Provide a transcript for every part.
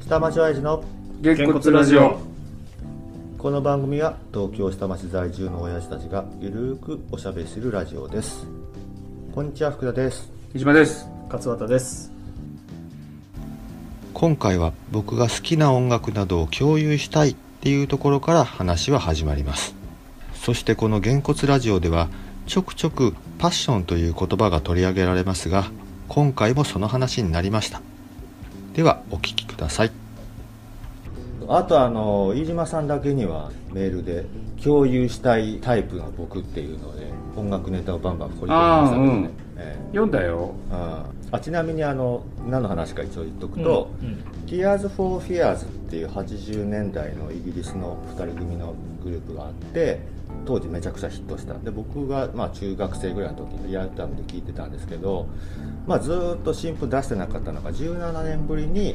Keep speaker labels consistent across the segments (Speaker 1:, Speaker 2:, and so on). Speaker 1: 下町愛知の
Speaker 2: げ
Speaker 3: っこつラジオ
Speaker 1: この番組は東京下町在住の親父たちがゆるーくおしゃべりするラジオですこんにちは福田です
Speaker 2: 木島です
Speaker 3: 勝俣です
Speaker 1: 今回は僕が好きな音楽などを共有したいっていうところから話は始まりますそしてこの「げんこつラジオ」ではちょくちょく「パッション」という言葉が取り上げられますが今回もその話になりましたではお聞きくださいあとあの飯島さんだけにはメールで共有したいタイプの僕っていうので音楽ネタをバンバン掘り込みましたけど
Speaker 2: あーうん
Speaker 1: ねええ
Speaker 2: 読んだよ
Speaker 1: ああちなみにあの何の話か一応言っとくと、
Speaker 3: うん
Speaker 1: ティアーズ・フォー・フィアーズっていう80年代のイギリスの2人組のグループがあって当時めちゃくちゃヒットしたで僕がまあ中学生ぐらいの時にリアルタイムで聴いてたんですけど、まあ、ずーっと新譜出してなかったのが17年ぶりに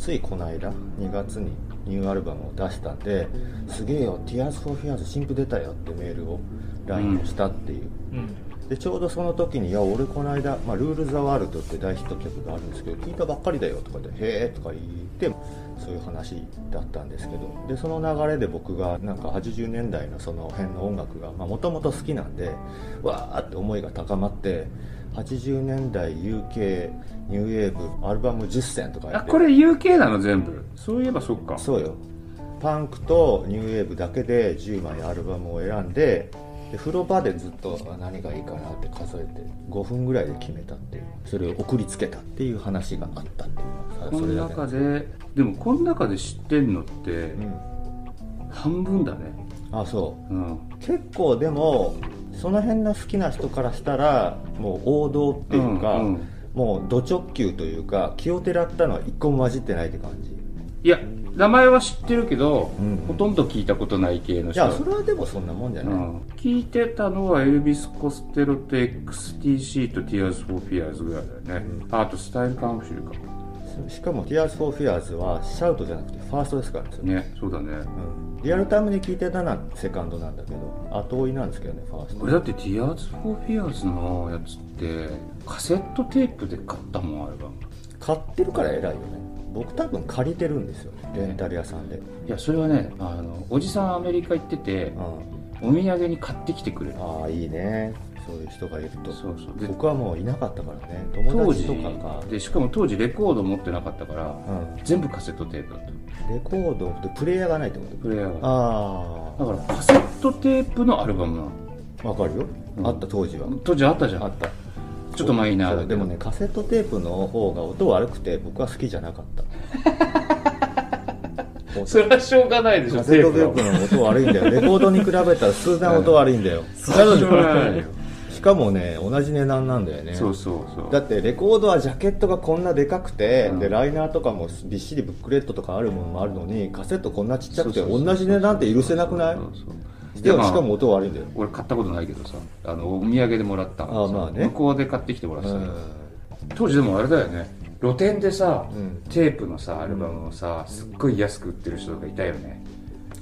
Speaker 1: ついこの間2月にニューアルバムを出したんですげえよ「ティアーズ・フォー・フィアーズ新譜出たよ」ってメールを LINE をしたっていう、
Speaker 3: うん
Speaker 1: でちょうどその時に「いや俺この間、まあ、ルール・ザ・ワールド」って大ヒット曲があるんですけど聞いたばっかりだよとかで「へえ」とか言ってそういう話だったんですけどでその流れで僕がなんか80年代のその辺の音楽がもともと好きなんでわーって思いが高まって80年代 UK ニューウェーブアルバム10選とか言
Speaker 2: あ
Speaker 1: って
Speaker 2: これ UK なの全部そういえばそっか
Speaker 1: そうよパンクとニューウェーブだけで10枚アルバムを選んでで風呂場でずっとあ何がいいかなって数えて5分ぐらいで決めたっていうそれを送りつけたっていう話があったっていうのは
Speaker 2: この中ででもこの中で知ってんのって
Speaker 1: うん、
Speaker 2: 半分だね
Speaker 1: あそう
Speaker 2: うん
Speaker 1: 結構でもその辺の好きな人からしたらもう王道っていうか、
Speaker 2: うんうん
Speaker 1: もうド直球というか気をてらったのは一個も混じってないって感じ
Speaker 2: いや名前は知ってるけど、
Speaker 1: うん
Speaker 2: ほとんど聞いたことない系の
Speaker 1: い
Speaker 2: 人
Speaker 1: やそれはでもそんなもんじゃ
Speaker 2: う
Speaker 1: ない、
Speaker 2: ん、聞いてたのはエルビス・コステロと XTC と Tears for Fears ぐらいだよね、ああとスタイルカンフィルか
Speaker 1: しかも「Tears for Fears」はシャウトじゃなくてファーストですからね
Speaker 2: ねそうだね
Speaker 1: うんリアルタイムに聞いてたのはセカンドなんだけど後追いなんですけどねファースト
Speaker 2: 俺だって Tears for Fears のやつってカセットテープで買ったもんあれば
Speaker 1: 買ってるから偉いよね僕多分借りてるんですよねレンタル屋さんで、うん、
Speaker 2: いやそれはねあのおじさんアメリカ行っててお土産に買ってきてくれた
Speaker 1: ああいいねそういう人がいると
Speaker 2: そうそうで
Speaker 1: 僕はもういなかったからね友
Speaker 2: 当
Speaker 1: 達
Speaker 2: 時
Speaker 1: とかが、
Speaker 2: でしかも当時レコード持ってなかったから
Speaker 1: うん、
Speaker 2: 全部カセットテープだった
Speaker 1: レコードってプレイヤーがないってこと
Speaker 2: プレイヤーが
Speaker 1: あ
Speaker 2: だからカセットテープのアルバムな
Speaker 1: あわかるよ、
Speaker 2: うん
Speaker 1: あった当時は
Speaker 2: の当時あったじゃ
Speaker 1: あ
Speaker 2: ん
Speaker 1: った
Speaker 2: ちょっとマイナーだ
Speaker 1: そ
Speaker 2: け
Speaker 1: う
Speaker 2: ど
Speaker 1: でもねカセットテープの方が音悪くて僕は好きじゃなかったもう
Speaker 2: それはしょうがないでしょ
Speaker 1: カセットテ
Speaker 2: テー
Speaker 1: ー
Speaker 2: プ
Speaker 1: プの音悪いんだ よレコードに比べたら数段音悪いんだよ
Speaker 2: だもんしょうがないよ
Speaker 1: しかもね同じ値段なんだよね
Speaker 2: そうそうそう
Speaker 1: だってレコードはジャケットがこんなでかくて、
Speaker 2: うん
Speaker 1: でライナーとかもびっしりブックレットとかあるものもあるのにカセットこんなちっちゃくて
Speaker 2: そうそうそう
Speaker 1: 同じ値段って許せなくない
Speaker 2: そうそうそう
Speaker 1: で
Speaker 2: で
Speaker 1: も
Speaker 2: まあ
Speaker 1: しかも音悪いんだよ
Speaker 2: 俺買ったことないけどさあのお土産でもらったの
Speaker 1: あまあね
Speaker 2: 向こうで買ってきてもらっ
Speaker 1: う
Speaker 2: たの
Speaker 1: ん
Speaker 2: 当時でもあれだよね露店でさ、
Speaker 1: うん
Speaker 2: テープのさアルバムをさすっごい安く売ってる人がいたよね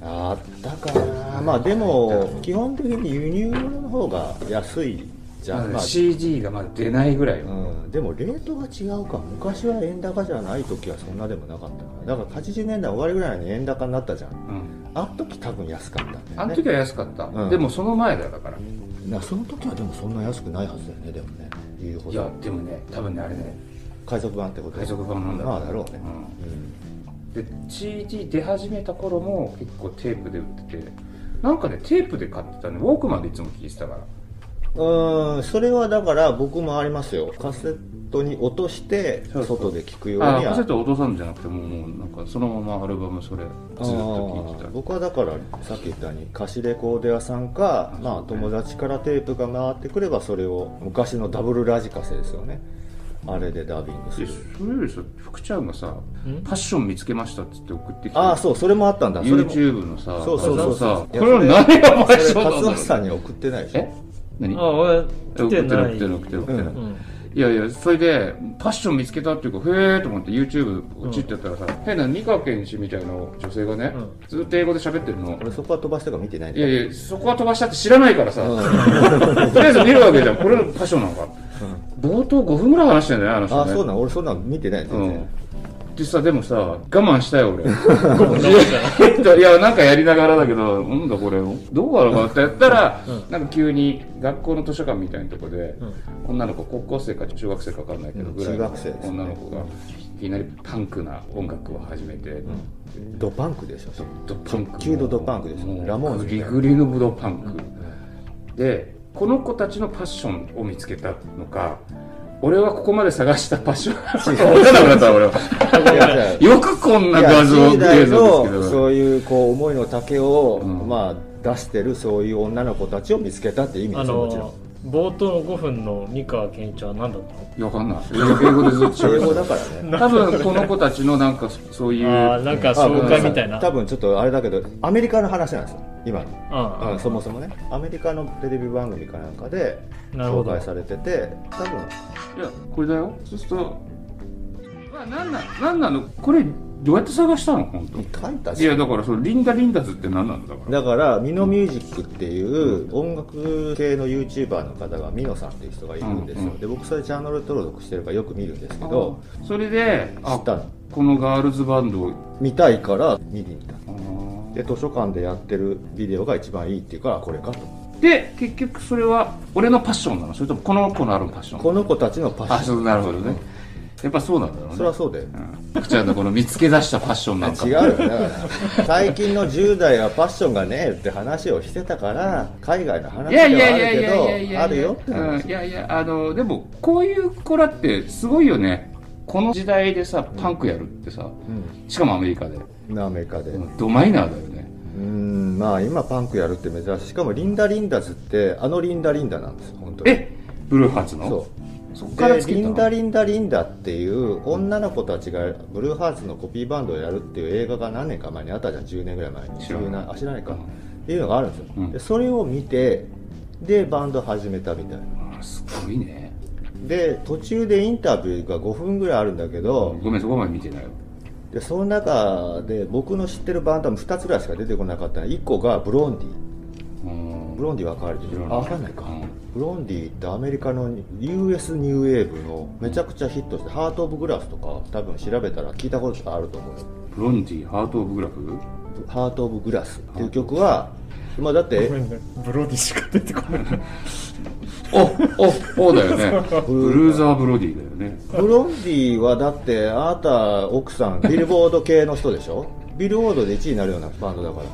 Speaker 1: あったかなまあでも基本的に輸入物の方が安いじゃ
Speaker 2: ま
Speaker 1: ん、ま
Speaker 2: だ
Speaker 1: あ
Speaker 2: CD がまだ出ないぐらいよ、
Speaker 1: うん、でもレートが違うか昔は円高じゃない時はそんなでもなかったなだから80年代終わりぐらいに円高になったじゃん
Speaker 2: うん
Speaker 1: あの時多分安かったんだよね
Speaker 2: あの時は安かった、
Speaker 1: うん
Speaker 2: でもその前だよだから
Speaker 1: なその時はでもそんな安くないはずだよねでもね言うほ
Speaker 2: いや
Speaker 1: ど
Speaker 2: でもね多分ねあれね
Speaker 1: 海賊版ってこと
Speaker 2: 海賊版なんだ
Speaker 1: まあだろうね、
Speaker 2: う
Speaker 1: うん
Speaker 2: で CD 出始めた頃も結構テープで売っててなんかねテープで買ってたねウォークマンでいつも聴いてたから
Speaker 1: うーんそれはだから僕もありますよカセットに落として
Speaker 2: そうそう
Speaker 1: 外で聞くよう
Speaker 2: あ
Speaker 1: に
Speaker 2: カ
Speaker 1: は
Speaker 2: セット落とさんじゃなくてもうもうなんかそのままアルバムそれずっと聴いて
Speaker 1: あ
Speaker 2: た
Speaker 1: ー僕はだからさっき言ったように貸しレコード屋さんか、まあ、友達からテープが回ってくればそれを昔のダブルラジカセですよねあれでダビングす
Speaker 2: で
Speaker 1: る
Speaker 2: それよりさ福ちゃんがさ
Speaker 3: ん
Speaker 2: 「パッション見つけました」っつって送ってきて
Speaker 1: ああそうそれもあったんだそれも
Speaker 2: YouTube のさ
Speaker 1: そうそうそう
Speaker 2: さ
Speaker 1: そう
Speaker 2: これは何がパッシ
Speaker 1: それ
Speaker 2: ョ
Speaker 1: 勝
Speaker 2: ンな
Speaker 1: 俣
Speaker 2: の
Speaker 1: さんには送ってないでし
Speaker 2: え
Speaker 1: ょ
Speaker 2: 何
Speaker 3: あ俺来てない
Speaker 2: 送ってなくて送ってなくて送ってなく
Speaker 1: う
Speaker 2: て
Speaker 3: うん
Speaker 2: いやいやそれでパッション見つけたっていうかへえと思って YouTube 落ちってやったらさ、変な三河健氏みたいな女性がね、
Speaker 3: うん
Speaker 2: ずっと英語で喋ってるの
Speaker 1: 俺そこは飛ばしてから見てないん
Speaker 2: い
Speaker 1: だ
Speaker 2: や
Speaker 1: よ
Speaker 2: いやそこは飛ばしたって知らないから さ、
Speaker 1: うん
Speaker 2: とりあえず見るわけじゃんこれパッションなのか、冒頭5分ぐらい話してんだよねあの人ね
Speaker 1: ああそうなん俺そんなの見てない全
Speaker 2: う
Speaker 1: 然、
Speaker 2: んってさ、でもさ、我慢したよ、俺。
Speaker 3: 僕の
Speaker 2: いや、なんかやりながらだけど、なんだこれ、どうだろうかってやったら、
Speaker 3: うん
Speaker 2: なんか急に学校の図書館みたいなとこで、
Speaker 3: うん
Speaker 2: 女の子、高校生か中学生か分かんないけど、
Speaker 1: うん
Speaker 2: ぐらい
Speaker 1: 中学生
Speaker 2: の
Speaker 1: ですね
Speaker 2: 女の子が、いきなりパンクな音楽を始めて、
Speaker 1: ドパンクでしょそれ
Speaker 2: ドパンク。
Speaker 1: 直球のドパンクですよね
Speaker 2: もう
Speaker 1: ラモーンズみ
Speaker 2: グ
Speaker 1: たい
Speaker 2: リ
Speaker 1: な
Speaker 2: グリのドパンク。で、この子たちのパッションを見つけたのか、俺はここまで探したパッション、わかんなくなった、俺は。
Speaker 1: いやじゃあ
Speaker 2: よくこんない
Speaker 1: や
Speaker 2: 画像
Speaker 1: 10
Speaker 2: 映像で
Speaker 1: 代
Speaker 2: すけど
Speaker 1: のそういうこう思いの丈を、
Speaker 2: うん
Speaker 1: まあ、出してるそういう女の子たちを見つけたって意味
Speaker 3: あ
Speaker 1: ですよもちろ
Speaker 3: の冒頭の5分の三河健一は何だったの
Speaker 2: いやわかんない英語でずっと
Speaker 1: ん英
Speaker 2: 喋
Speaker 1: 語
Speaker 2: っ
Speaker 1: だ
Speaker 2: て
Speaker 1: からね
Speaker 2: た多分この子たちのなんかそういう
Speaker 3: あーなんか
Speaker 2: う
Speaker 3: 紹介みたいな
Speaker 1: あ多分ちょっとあれだけどアメリカの話なんですよ今の
Speaker 3: あ
Speaker 1: うんそもそもねアメリカのテレビ番組かなんかで
Speaker 3: なるほ
Speaker 1: 紹
Speaker 3: ど
Speaker 1: 介されてて多分
Speaker 2: いやこれだよそうするとまあなんななんなのこれどうやって探したの本当
Speaker 1: 書いた
Speaker 2: い
Speaker 1: し
Speaker 2: やだからそのリンダリンダズって何なんだから
Speaker 1: だからミノミュージックっていう音楽系の YouTuber の方がミノさんっていう人がいるんですよ、
Speaker 2: うんうん
Speaker 1: で僕それチャンネル登録してるからよく見るんですけど
Speaker 2: それで
Speaker 1: 知
Speaker 2: あ
Speaker 1: ったの
Speaker 2: このガールズバンド
Speaker 1: 見たいから見に行った
Speaker 2: あー
Speaker 1: で図書館でやってるビデオが一番いいっていうからこれかと
Speaker 2: で結局それは俺のパッションなのそれともこの子のあるパッション
Speaker 1: この子たちのパッ
Speaker 2: あ
Speaker 1: ショ
Speaker 2: そうなるほどねやっぱそうなんだろうね
Speaker 1: ンそりゃそうだよ
Speaker 2: うん福ちゃんのこの見つけ出したパッションなんか
Speaker 1: 違うよだから最近の10代はパッションがねえって話をしてたから海外の話
Speaker 2: い
Speaker 1: では
Speaker 2: や
Speaker 1: あ
Speaker 2: いやいやいやいや
Speaker 1: る
Speaker 2: い
Speaker 1: け
Speaker 2: や
Speaker 1: どあるよって
Speaker 2: うん
Speaker 1: 話
Speaker 2: いやいやあのでもこういう子らってすごいよねこの時代でさパンクやるってさしかもアメリカで、
Speaker 1: うんアメリカで
Speaker 2: うんドマイナーだよね
Speaker 1: うんまあ今パンクやるって珍しいしかもリンダリンダズってあのリンダリンダなんです本当に
Speaker 2: えブルーハーツの
Speaker 1: そう
Speaker 2: そっから
Speaker 1: で
Speaker 2: つけ
Speaker 1: リ
Speaker 2: た
Speaker 1: ン
Speaker 2: の
Speaker 1: ダリンダリンダっていう女の子たちがブルーハーツのコピーバンドをやるっていう映画が何年か前にあったじゃん10年ぐらい前に
Speaker 2: 知らない
Speaker 1: 10あ知らないか、
Speaker 2: うん
Speaker 1: っていうのがあるんですよ、
Speaker 2: うん
Speaker 1: でそれを見てでバンド始めたみたいな
Speaker 2: あすごいね
Speaker 1: で途中でインタビューが5分ぐらいあるんだけど
Speaker 2: ごめんそこまで見てないよ
Speaker 1: でその中で僕の知ってるバンドは2つぐらいしか出てこなかったの1個がブロンディ
Speaker 2: うん
Speaker 1: ブロンディ分かるでし
Speaker 2: ブロ
Speaker 1: ょ
Speaker 2: ンディ
Speaker 1: あ分かんないか、
Speaker 2: うん
Speaker 1: ブロンディってアメリカの US ニューウェーブのめちゃくちゃヒットして「ハート・オブ・グラス」とか多分調べたら聞いたことがあると思うよ
Speaker 2: ブロンディハート・オブ・グラフ
Speaker 1: 「ハート・オブ・グラス」っていう曲はまあだって
Speaker 3: ごめんねブロディしか出てこない
Speaker 2: おおおだよね ブルーザー・ブロディだよね
Speaker 1: ブロンディはだってあなた奥さんビルボード系の人でしょビルボードで1位になるようなバンドだから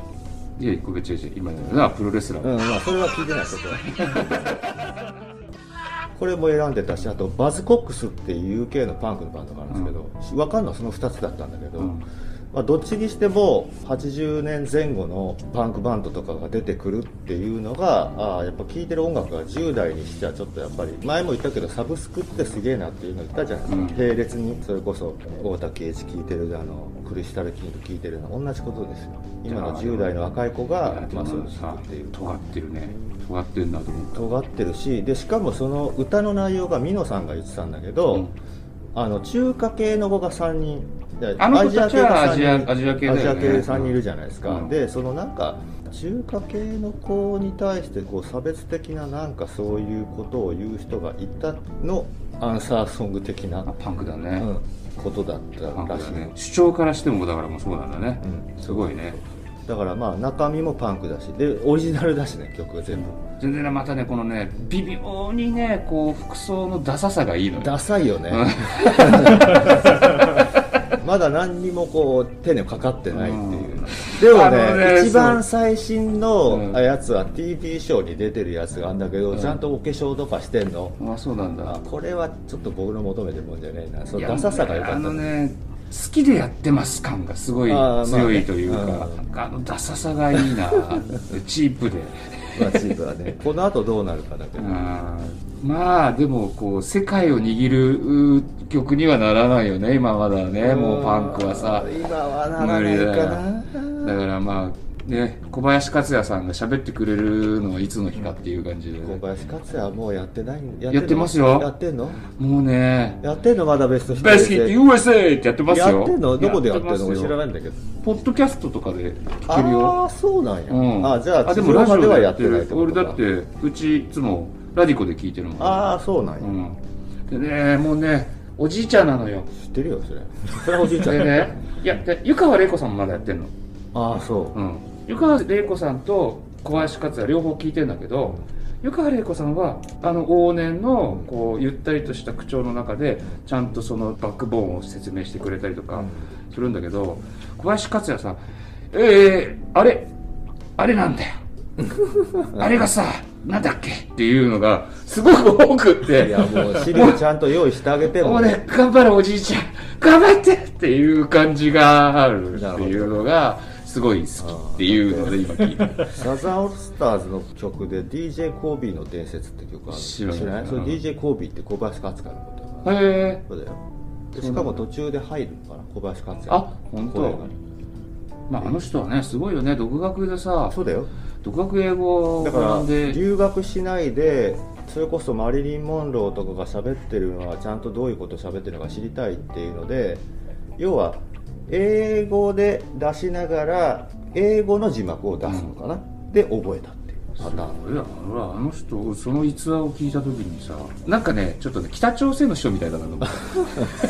Speaker 2: いやごめん違う違う今のなプロレスラー、
Speaker 1: うんまあそれは聞いてないそこはこれも選んでたしあとバズ・コックスっていう UK のパンクのバンドがあるんですけど、わかんのはその2つだったんだけど、
Speaker 2: うん
Speaker 1: まあ、どっちにしても80年前後のパンクバンドとかが出てくるっていうのがああやっぱ聴いてる音楽が10代にしちゃちょっとやっぱり前も言ったけどサブスクってすげえなっていうの言ったじゃないですか、
Speaker 2: うん
Speaker 1: 並列にそれこそ大竹栄一聴いてるあのクリスタル・キング聴いてるの同じことですよ今の10代の若い子
Speaker 2: い
Speaker 1: が
Speaker 2: やで
Speaker 1: まあ
Speaker 2: も
Speaker 1: そういうの聴
Speaker 2: さ
Speaker 1: くっていう
Speaker 2: 尖ってるね尖ってるなと思った
Speaker 1: 尖ってるしでしかもその歌の内容が美濃さんが言ってたんだけど、
Speaker 2: うん
Speaker 1: あの中華系の子が3人で
Speaker 2: あの子たちは
Speaker 1: アジア系が三人
Speaker 2: アジアアジア系だよね
Speaker 1: アジア系3人いるじゃないですか、
Speaker 2: うん
Speaker 1: でそのなんか中華系の子に対してこう差別的ななんかそういうことを言う人がいたのアンサーソング的な、
Speaker 2: あパンクだね、
Speaker 1: うんことだった
Speaker 2: パン
Speaker 1: ら
Speaker 2: ク
Speaker 1: し
Speaker 2: だ
Speaker 1: い、
Speaker 2: ね主張からしてもだからもうそうなんだね、
Speaker 1: う
Speaker 2: すごいね
Speaker 1: だからまあ中身もパンクだしでオリジナルだしね曲が全部、
Speaker 2: 全然ねまたねこのね微妙にねこう服装のダサさがいいのよ
Speaker 1: ダサいよねまだ何にもこう手にかかってないっていう、
Speaker 2: うん
Speaker 1: でも
Speaker 2: あの
Speaker 1: ね
Speaker 2: ね
Speaker 1: 一番最新
Speaker 2: うん
Speaker 1: のやつは TV ショーに出てるやつがあるんだけど、ちゃんとお化粧とかしてんの、
Speaker 2: あそうなんだ
Speaker 1: あこれはちょっと僕の求めてるもんじゃねえなそ
Speaker 2: い
Speaker 1: の
Speaker 2: や
Speaker 1: ダサさが良か
Speaker 2: あ
Speaker 1: った
Speaker 2: の
Speaker 1: ね
Speaker 2: ね好きでやってます感がすごい
Speaker 1: あーまあね
Speaker 2: 強いというか、
Speaker 1: うん
Speaker 2: なんかあのダサさがい いなチープで
Speaker 1: まあチープはねこの後どうなるかだけ
Speaker 2: う
Speaker 1: ど、
Speaker 2: んまあでもこう世界を握るう曲にはならないよね今まだねもうパンクはさ
Speaker 1: 今はならないかな
Speaker 2: だからまあね小林克也さんが喋ってくれるのはいつの日かっていう感じで、
Speaker 1: 小林克也はもうやってないんや
Speaker 2: やってますよ
Speaker 1: やってんの
Speaker 2: もうね
Speaker 1: やってんのまだベスト
Speaker 2: 「ベースキット USA」ってやってますよ
Speaker 1: やってんのどこでやってん
Speaker 2: や
Speaker 1: の
Speaker 2: ま
Speaker 1: 俺
Speaker 2: す
Speaker 1: 知
Speaker 2: よ
Speaker 1: らないんだけど
Speaker 2: ポッドキャストとかで聞ける
Speaker 1: あ
Speaker 2: よ
Speaker 1: あそうなんや、
Speaker 2: うん
Speaker 1: あじゃあ
Speaker 2: でもラジ
Speaker 1: 地上波で
Speaker 2: オで
Speaker 1: は
Speaker 2: はや
Speaker 1: や
Speaker 2: っ
Speaker 1: っててない
Speaker 2: る
Speaker 1: ってこと
Speaker 2: 俺
Speaker 1: か
Speaker 2: だってうちいつもラディコで聞いてるもん
Speaker 1: ああそうなんや、
Speaker 2: うんでねもうねおじいちゃんなのよ
Speaker 1: 知ってるよそれそれはおじいちゃん
Speaker 2: でねいやで湯川玲子さんもまだやってんの
Speaker 1: ああ そう
Speaker 2: うん湯川玲子さんと小林克也両方聞いてんだけど湯川玲子さんはあの往年のこうゆったりとした口調の中でちゃんとそのバックボーンを説明してくれたりとかするんだけど小林克也さん「えー、あれあれなんだよあれがさなんだっけ?」っていうのがすごく多くって
Speaker 1: いやもう資料ちゃんと用意してあげて
Speaker 2: も
Speaker 1: も
Speaker 2: うね、頑張れ おじいちゃん、頑張ってっていう感じがあるって
Speaker 1: なるほど
Speaker 2: いうのが、すごい好きっていうので、今聞いてる。
Speaker 1: サザンオールスターズの曲で DJ コービーの伝説って曲ある
Speaker 2: 知らない
Speaker 1: ないそれ
Speaker 2: うん
Speaker 1: DJ コービーって小林克也のことだから
Speaker 2: へ
Speaker 1: そうだよでしかも途中で入るのかな小林克也
Speaker 2: あ本当
Speaker 1: 声が
Speaker 2: えまあ、あの人はね、すごいよね、独学でさ、
Speaker 1: そうだよ
Speaker 2: 独学英語を
Speaker 1: だか
Speaker 2: 学ん
Speaker 1: ら
Speaker 2: で、
Speaker 1: 留学しないでそれこそマリリン・モンローとかが喋ってるのはちゃんとどういうこと喋ってるのか知りたいっていうので要は英語で出しながら英語の字幕を出すのかな、で覚えたっていうパターン
Speaker 2: 俺ら俺らあの人その逸話を聞いた時にさなんかねちょっとね北朝鮮の人みたいだなと思っ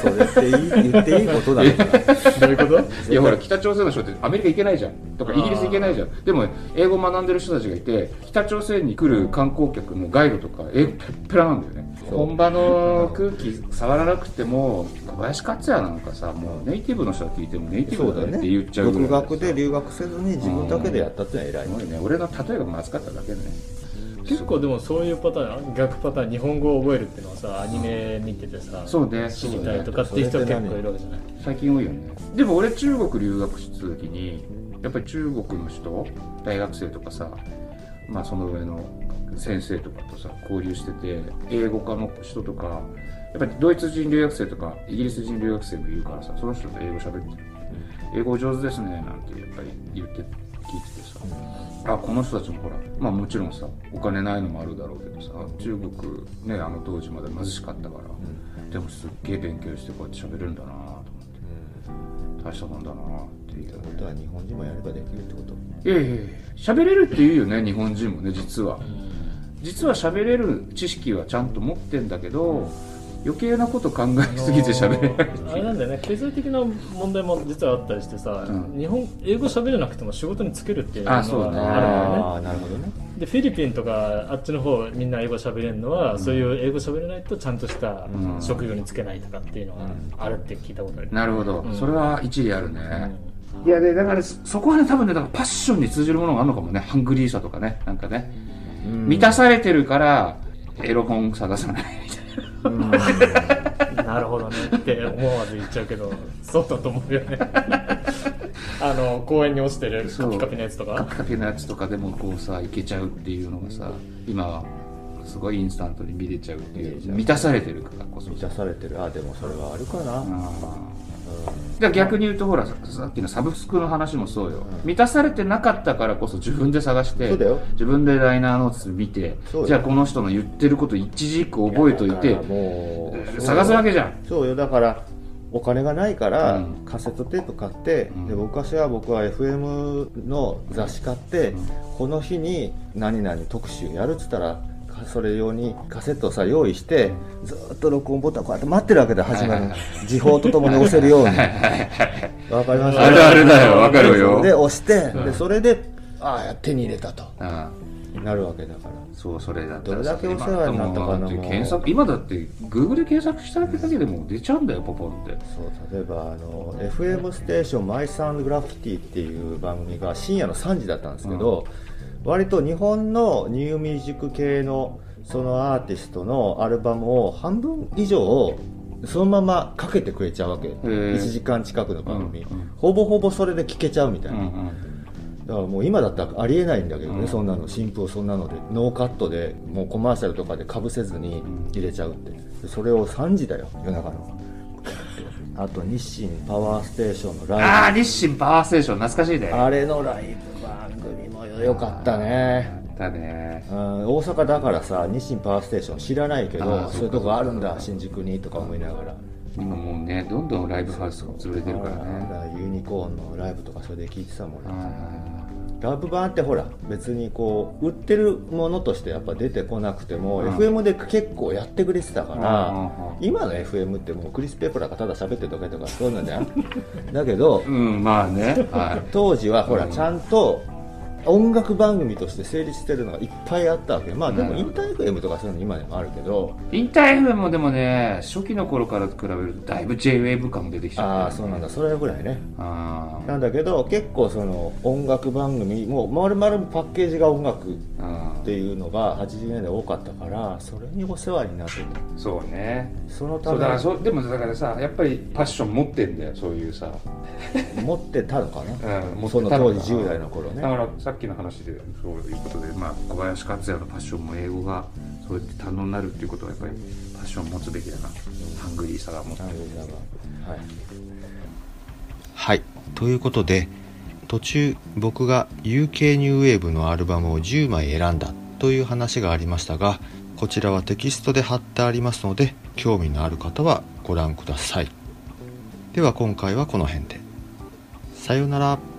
Speaker 1: それっていい言っていいことなのかな
Speaker 3: どういうこと
Speaker 2: ていやほら北朝鮮の人ってアメリカ行けないじゃんとかイギリス行けないじゃんでも、英語学んでる人たちがいて北朝鮮に来る観光客のガイドとか英語ペッペラなんだよね
Speaker 1: そう
Speaker 2: 本場の空気触らなくても小林克也なんかさもうネイティブの人が聞いてもネイティ
Speaker 1: そう
Speaker 2: ブ
Speaker 1: だ
Speaker 2: だ
Speaker 1: よ
Speaker 2: ね
Speaker 1: ね
Speaker 2: って言っちゃう
Speaker 1: 独
Speaker 2: らい
Speaker 1: 学で留学せずに自分だけでやったってのは偉い
Speaker 2: すごいね俺の例えがまずかっただけね
Speaker 3: 結構でもそういうパターン逆パターン日本語を覚えるっていうのはさアニメ見ててさ
Speaker 2: そうね
Speaker 3: 知りたいとかっていう人
Speaker 1: そうね
Speaker 3: 結構いるわけじゃない
Speaker 2: 最近多いよねでも俺中国留学してた時にやっぱり中国の人大学生とかさまあその上の先生とかとさ交流してて英語科の人とかやっぱりドイツ人留学生とかイギリス人留学生もいるからさその人と英語喋ってる英語上手ですねなんてやっぱり言って聞いててさあこの人たちもほらまあもちろんさお金ないのもあるだろうけどさ中国ねあの当時まで貧しかったから、でもすっげえ勉強してこうやって喋るんだなと思って大したもんだなっていう
Speaker 1: 本当は日本人もやればできるってこと
Speaker 2: いやいやいや喋れるって言うよね日本人もね実は実は喋れる知識はちゃんと持ってんだけど余計なこと考えすぎて喋れない、
Speaker 3: あれなんだよね経済的な問題も実はあったりしてさ、
Speaker 2: うん
Speaker 3: 日本英語喋れなくても仕事に就けるっていうのが
Speaker 2: あそうね
Speaker 3: あるからね
Speaker 1: あーなるほどね
Speaker 3: でフィリピンとかあっちの方みんな英語喋れるのは、そういう英語喋れないとちゃんとした
Speaker 2: うん
Speaker 3: 職業に就けないとかっていうのがあるって聞いたことある、
Speaker 2: なるほど、
Speaker 3: うん
Speaker 2: それは一理ある
Speaker 3: う
Speaker 2: ね、
Speaker 3: ん
Speaker 2: いやでだからそそこはね多分ねだからパッションに通じるものがあるのかもねハングリーさとかねなんかね、満たされてるからエロ本探さないみたいな
Speaker 3: なるほどねって思わず言っちゃうけど そうだと思うよね あの公園に落ちてる
Speaker 2: そ
Speaker 3: カ
Speaker 2: う
Speaker 3: ピカピのやつと
Speaker 2: カ
Speaker 3: か
Speaker 2: ピカピのやつとかでもこうさいけちゃうっていうのがさ今はすごいインスタントに見れちゃうってい
Speaker 1: 見れ
Speaker 2: う
Speaker 1: ちゃう
Speaker 2: 満たされてるからこそ
Speaker 1: 満たされてるあでもそれはあるかな、うん
Speaker 2: じゃ逆に言うとほらささっきのサブスクの話もそうよ、満たされてなかったからこそ自分で探して
Speaker 1: そうだよ
Speaker 2: 自分でライナーノーツ見て
Speaker 1: そうよ
Speaker 2: じゃあこの人の言ってること一字一句覚えといて
Speaker 1: だからもう
Speaker 2: 探すわけじゃん
Speaker 1: そうよだからお金がないから、
Speaker 2: うん
Speaker 1: カセットテープ買って、
Speaker 2: ん
Speaker 1: で昔は僕は FM の雑誌買って、この日に何々特集やるっつったらかそれ用にカセットをさ用意して、ずーっと録音ボタンこうやって待ってるわけで始まる、
Speaker 2: はいはい
Speaker 1: 時報とともに押せるようにわかりました
Speaker 2: あるあるだよわかるよ
Speaker 1: で押して、でそれでああ手に入れたと
Speaker 2: あ
Speaker 1: なるわけだから
Speaker 2: そうそれだった
Speaker 1: ど
Speaker 2: ら
Speaker 1: れ
Speaker 2: さ
Speaker 1: だけお世話になったかな
Speaker 2: 今だって
Speaker 1: もう
Speaker 2: 検索今だって Google で検索しただけでも出ちゃうんだよポポンって
Speaker 1: そう例えばあの FM ステーション「マイ・サウンド・グラフィティ」っていう番組が深夜の3時だったんですけど、割と日本のニューミュージック系のそのアーティストのアルバムを半分以上をそのままかけてくれちゃうわけ1時間近くの番組、
Speaker 2: うんうん
Speaker 1: ほぼほぼそれで聴けちゃうみたいな、
Speaker 2: うんうん
Speaker 1: だからもう今だったらありえないんだけどね、
Speaker 2: うん
Speaker 1: そんなの新婦をそんなのでノーカットでもうコマーシャルとかでかぶせずに入れちゃうってでそれを3時だよ夜中 のあと日清パワーステーションの
Speaker 2: あ
Speaker 1: ラ
Speaker 2: あ
Speaker 1: イ
Speaker 2: 日清パワーステーション懐かしいね
Speaker 1: ブあれのライブ番組もよかったね
Speaker 2: だね
Speaker 1: うん大阪だからさ日清パワーステーション知らないけ
Speaker 2: あー
Speaker 1: どそういうとこあるんだ新宿にとか思いながら
Speaker 2: 今もうねどんどんライブハウスが潰れてるから
Speaker 1: あー
Speaker 2: ね
Speaker 1: だからユニコーンのライブとかそれで聞いてたもんね
Speaker 2: うん
Speaker 1: ラブ版ってほら別にこう売ってるものとしてやっぱ出てこなくても、
Speaker 2: うん
Speaker 1: FM で結構やってくれてたから、
Speaker 2: うん
Speaker 1: 今の FM ってもうクリス・ペプラーがただ喋ってるだけとかそうなんじゃんだけど
Speaker 2: うん、うんまあね、は
Speaker 1: 当時はほら
Speaker 2: うん
Speaker 1: ちゃんと音楽番組として成立してるのがいっぱいあったわけまあでも
Speaker 2: うん
Speaker 1: インター FM とかそういうの今でもあるけど、
Speaker 2: い。インター FM もでもね、初期の頃から比べるとだいぶ J-Wave 感も出てきちゃった、
Speaker 1: ああそうなんだ。それぐらいね
Speaker 2: あ
Speaker 1: なんだけど結構その音楽番組もう丸々パッケージが音楽
Speaker 2: ーあ
Speaker 1: っていうのが80年代多かったからそれにお世話になってた
Speaker 2: ー。そうね。
Speaker 1: そのた
Speaker 2: そうだから
Speaker 1: め
Speaker 2: そうでもだからさやっぱりパッション持ってんだよそういうさ、
Speaker 1: 持ってたのか
Speaker 2: う
Speaker 1: な、
Speaker 2: ん、持って
Speaker 1: その
Speaker 2: た
Speaker 1: 当
Speaker 2: か
Speaker 1: 時10代の頃
Speaker 2: だ
Speaker 1: ね
Speaker 2: からさっきの話でそういうことで、まあ、小林克也のパッションも英語がそうやって堪能になるっていうことはやっぱりパッションを持つべきだなハングリーさが持って
Speaker 1: あのなんかはい
Speaker 4: はいということで途中僕が UK ニューウェーブのアルバムを10枚選んだという話がありましたがこちらはテキストで貼ってありますので興味のある方はご覧くださいでは今回はこの辺でさようなら